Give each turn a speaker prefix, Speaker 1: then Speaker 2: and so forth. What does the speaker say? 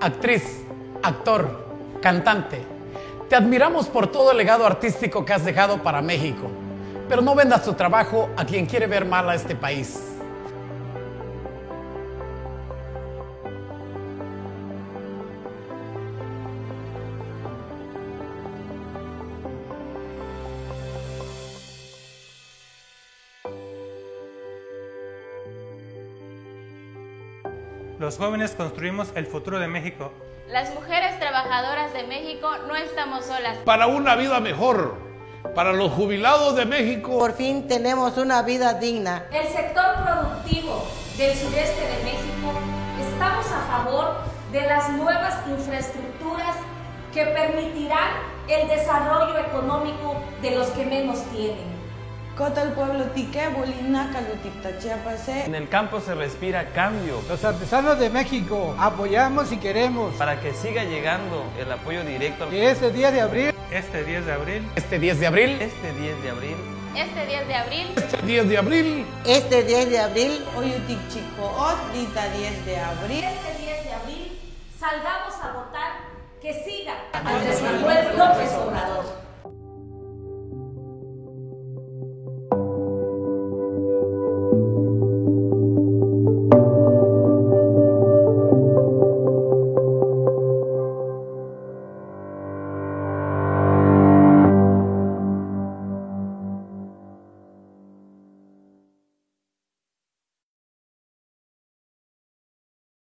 Speaker 1: actriz, actor, cantante. Te admiramos por todo el legado artístico que has dejado para México, pero no vendas tu trabajo a quien quiere ver mal a este país.
Speaker 2: Los jóvenes construimos el futuro de México.
Speaker 3: Las mujeres trabajadoras de México no estamos solas.
Speaker 4: para una vida mejor, para los jubilados de México.
Speaker 5: Por fin tenemos una vida digna.
Speaker 6: El sector productivo del sureste de México estamos a favor de las nuevas infraestructuras que permitirán el desarrollo económico de los que menos tienen.
Speaker 7: Cota el pueblo tiqué, bolina, calutipta, chiapase.
Speaker 8: En el campo se respira cambio
Speaker 9: Los artesanos de México apoyamos y queremos
Speaker 8: para que siga llegando el apoyo directo
Speaker 9: que este día de abril
Speaker 2: Este 10 de abril,
Speaker 1: Este 10 de abril
Speaker 8: este 10 de abril.
Speaker 3: Este 10 de abril,
Speaker 4: Este 10 de abril
Speaker 5: Este 10 de abril
Speaker 7: Oyutic chico, ot, dita 10 de abril.
Speaker 6: Este 10 de abril salgamos a votar que siga Andrés Manuel López Obrador.